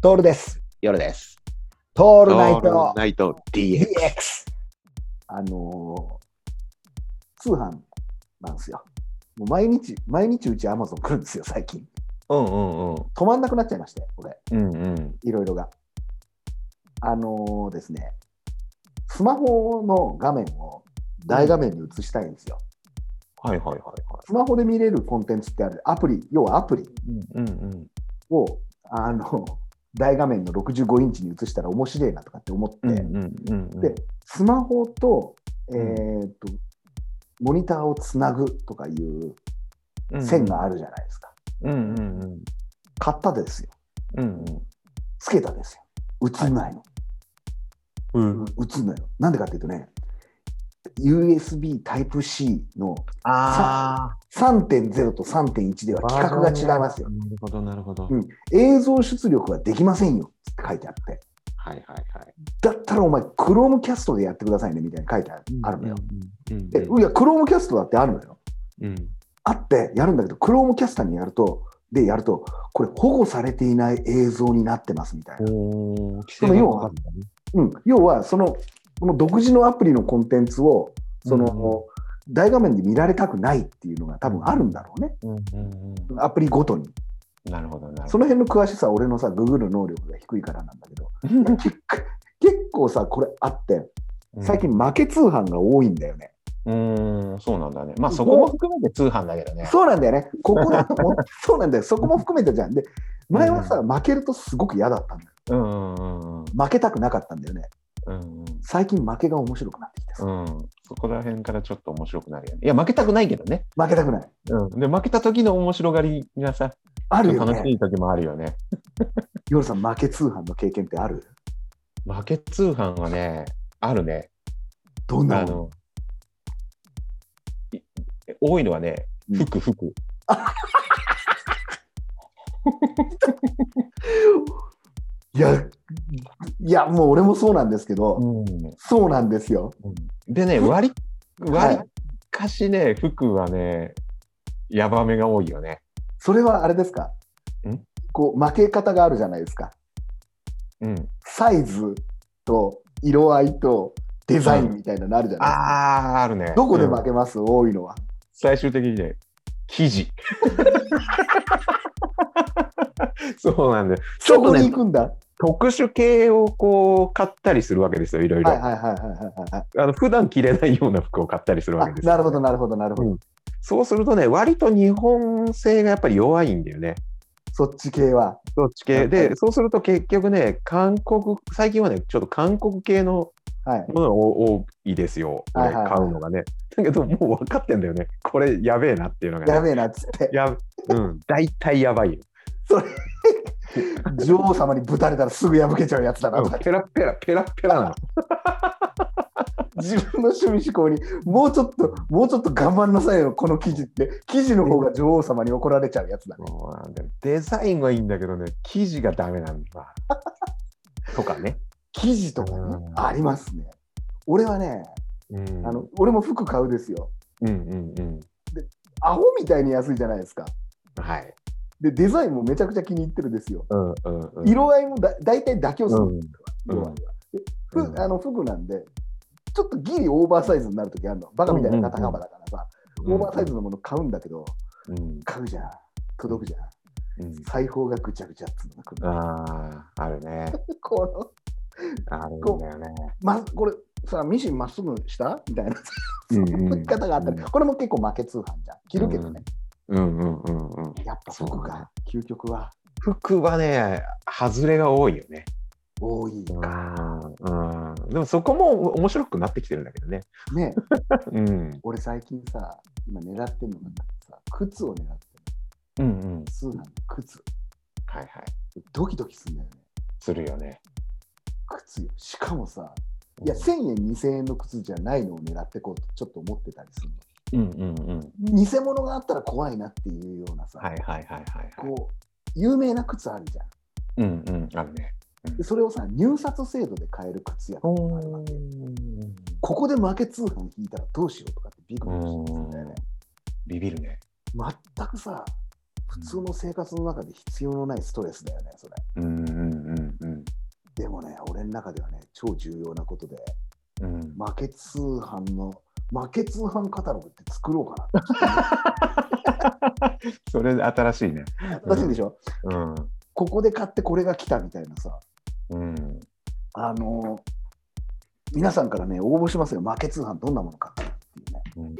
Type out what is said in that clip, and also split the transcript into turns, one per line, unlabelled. トールです。
夜です。
ト
オ
ールナイト
ナイト DX。
DX。あのー通販なんですよ。もう毎日、毎日うち Amazon 来るんですよ、最近。
うんうんうん。
止まんなくなっちゃいまして、これ、
うんうん。
いろいろが。あのーですね、スマホの画面を大画面に映したいんですよ。
はいはいはいは
スマホで見れるコンテンツってある、アプリ、要はアプリ
い。うんうん
を、あの、大画面の65インチに映したら面白いなとかって思って、
うん。うんうんうん。
で、スマホと、え
ん
ーっと、モニターをつなぐとかいう線があるじゃないですか。
うんうんうん。
買ったですよ。
うん
つけたですよ。映んないの。
うん。
映んないの。なんでかっていうとね、USB Type-C の
あ
3.0と3.1では
あ。
規格が違いますよ。
なるほどなるほど。
うん映像出力はできませんよって書いてあって。
はいはいはい。
だったらお前、Chromecast でやってくださいねみたいに書いてああるのよ。。
うん
で、いや、Chromecast だってあるのよ。
うん。
あってやるんだけど、クロームキャスターにやると、でやると、これ保護されていない映像になってますみたいな。
おお。
その要はうん、要は、その、この独自のアプリのコンテンツを、その、大画面で見られたくないっていうのが多分あるんだろうね。
うんうんうん。
アプリごとに。
なるほどなる
そ
ほ
の辺の詳しさは俺のさ、ググる能力が低いからなんだけ ど、
ど。
結構結構さ、これあって、最。近負け通販が多いんだよね。
うん、そうなんだね。まあそこも含めて通販だけどね。
そうなんだよね。ここ だと思っそうなんだよ。そこも含めてじゃん。で、前はさ、負けるとすごく嫌だったんだよ。
うんうんうん
負けたくなかったんだよね。
うん。
最近負けが面白くなってきてさ、
うん、そこら辺からちょっと面白くなるよね。いや、負けたくないけどね。
負けたくない。
うん、で、負けた時の面白がりがさ、
あるよ
楽し
ね。
い時もあるよね。
夜さん、負け通販の経験ってある
負け通販はね、あるね。
どんな
あ
の
の、い多いのはね、
うん
服、服。
いや、いや、もう俺もそうなんですけど、
うん
そうなんですよ。
でね、割り、
はい
割りかしね、服はね、ヤバめが多いよね。
それはあれですか
ん
こう、負け方があるじゃないですか。
うん、
サイズと色合いとデザインみたいなのあるじゃないですか。
あー、あるね。
どこで
う
負
ん
けます、多いのは。
最終的にね、生 地。そうなんだよ。ち
そ
ょっ
こと
ね
に行、くんだ。
特殊系をこう買ったりするわけですよ、いろいろ。
はいはいはいはいはい
あの普段着れないような服を買ったりするわ
は
け
いあ
で。すよ
なるほどなるほどなるほど。
うんそうするとね、割と日本製がやっぱり弱いんだよね。
そっち系は。
そっち系。で、そうすると結局ね、韓国、最近はね、ちょっと韓国系の
はい。
ものが多いですよ、こ
は
れ
いはいはい
買うのがね。だけど、もう分かってんだよね。これやべえなっていうのがね。
やべえなっつって。
やうん、大体やばいよ。
女王様にぶたれたらすぐ破けちゃうやつだなとか、
ペラペラ、ペラペラなの。
自分の趣味思考にもうちょっともうちょっと我慢なさいよこの記事って記事の方が女王様に怒られちゃうやつだね
そうなんだよデザインはいいんだけどね、生地がダメなんだ。とかね。
記事とかね
うん
ありますね俺はね
うん
あの俺も服買うですよ
うんうん
アホみたいに安いじゃないですか
うん。はい。
でデザインもめちゃくちゃ気に入ってるですよ
うんうんうん。
色合いもだ大体妥協する、
うん
要はでふ
うん
あの服なんでちょっとギリオーバーサイズになるときあるのバカみたいな肩幅だからさ、オーバーサイズのもの買うんだけど
うん
買うじゃん届くじゃん
うん。
裁縫がぐちゃぐちゃっつうのが来る
ああ、あるね。
こ
あるんだよね。
の、ま、これさミシンまっすぐしたみたいな
うん
書き方があったり、これも結構負け通販じゃん着るけどね、
うんうんうんうん。
やっぱ服
そうね
が究極は
服はね、外れが多いよね。
多いか、
うん。うんでもそこも面白くなってきてるんだけどね。
ね
うん。
俺最近さ今狙ってんのがさ靴を狙ってる
うんうん。
通販の靴
はいはい。
ドキドキするんだよね
するよね。
靴よしかもさいや1000円2000円の靴じゃないのを狙ってこうとちょっと思ってたりする
うんうんうん。
の偽物があったら怖いなっていうようなさ、
はいはいはいはいはい。
こう有名な靴あるじゃん
うんうん。あるね。
でそれをさ入札制度で買える靴やったことがあるわけよここで負け通販引いたらどうしようとかってビクビクしてたんだよね
ビビるね。
全くさ普通の生活の中で必要のないストレスだよね、それ。
うんうんうん
でもね、俺の中ではね、超重要なことで、
うん。
負け通販の、負け通販カタログって作ろうかなって
それ新しいね。。
新しいでしょ、
うん。
ここで買ってこれが来たみたいなさ、
うん。
あのー皆さんからね、応募しますよ。負け通販どんなものかっていうね。
うん